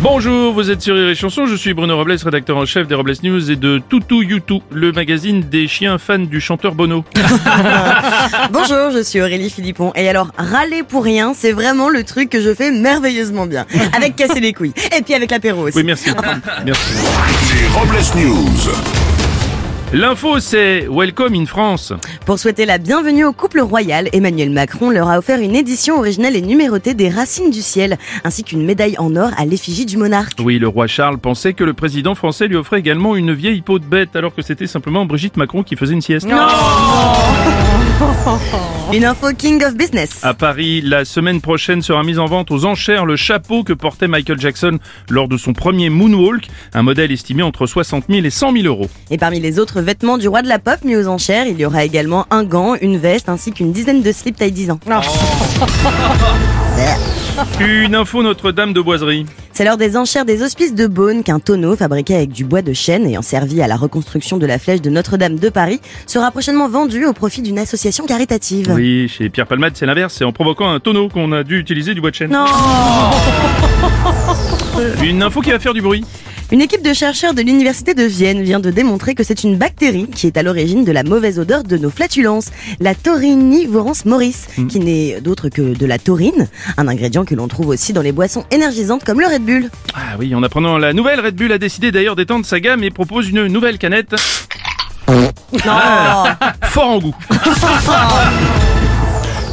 Bonjour, vous êtes sur Rire et Chanson, je suis Bruno Robles, rédacteur en chef des Robles News et de Toutou Youtou, le magazine des chiens fans du chanteur Bono. Bonjour, je suis Aurélie Philippon. Et alors, râler pour rien, c'est vraiment le truc que je fais merveilleusement bien. Avec casser les couilles. Et puis avec l'apéro aussi. Oui, merci. Merci. Les Robles News. L'info, c'est Welcome in France. Pour souhaiter la bienvenue au couple royal, Emmanuel Macron leur a offert une édition originale et numérotée des Racines du Ciel, ainsi qu'une médaille en or à l'effigie du monarque. Oui, le roi Charles pensait que le président français lui offrait également une vieille peau de bête, alors que c'était simplement Brigitte Macron qui faisait une sieste. Une info King of Business. À Paris, la semaine prochaine sera mise en vente aux enchères le chapeau que portait Michael Jackson lors de son premier moonwalk, un modèle estimé entre 60 000 et 100 000 euros. Et parmi les autres vêtements du roi de la pop mis aux enchères, il y aura également un gant, une veste, ainsi qu'une dizaine de slips taille 10 ans. Une info Notre-Dame de Boiserie. C'est lors des enchères des hospices de Beaune qu'un tonneau fabriqué avec du bois de chêne ayant servi à la reconstruction de la flèche de Notre-Dame de Paris sera prochainement vendu au profit d'une association caritative. Oui, chez Pierre Palmade, c'est l'inverse. C'est en provoquant un tonneau qu'on a dû utiliser du bois de chêne. Non Une info qui va faire du bruit. Une équipe de chercheurs de l'université de Vienne vient de démontrer que c'est une bactérie qui est à l'origine de la mauvaise odeur de nos flatulences, la taurinivorans moris, qui n'est d'autre que de la taurine, un ingrédient que l'on trouve aussi dans les boissons énergisantes comme le Red Bull. Ah oui, en apprenant la nouvelle, Red Bull a décidé d'ailleurs d'étendre sa gamme et propose une nouvelle canette Non fort en goût.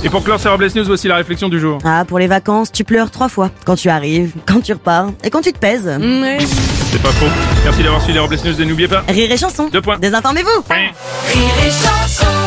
Et pour clore ces Robles News, voici la réflexion du jour. Ah, pour les vacances, tu pleures trois fois. Quand tu arrives, quand tu repars et quand tu te pèses. C'est pas faux. Merci d'avoir suivi les Robles News et n'oubliez pas, Rire et chanson. Deux points. Désinformez-vous Rire et chanson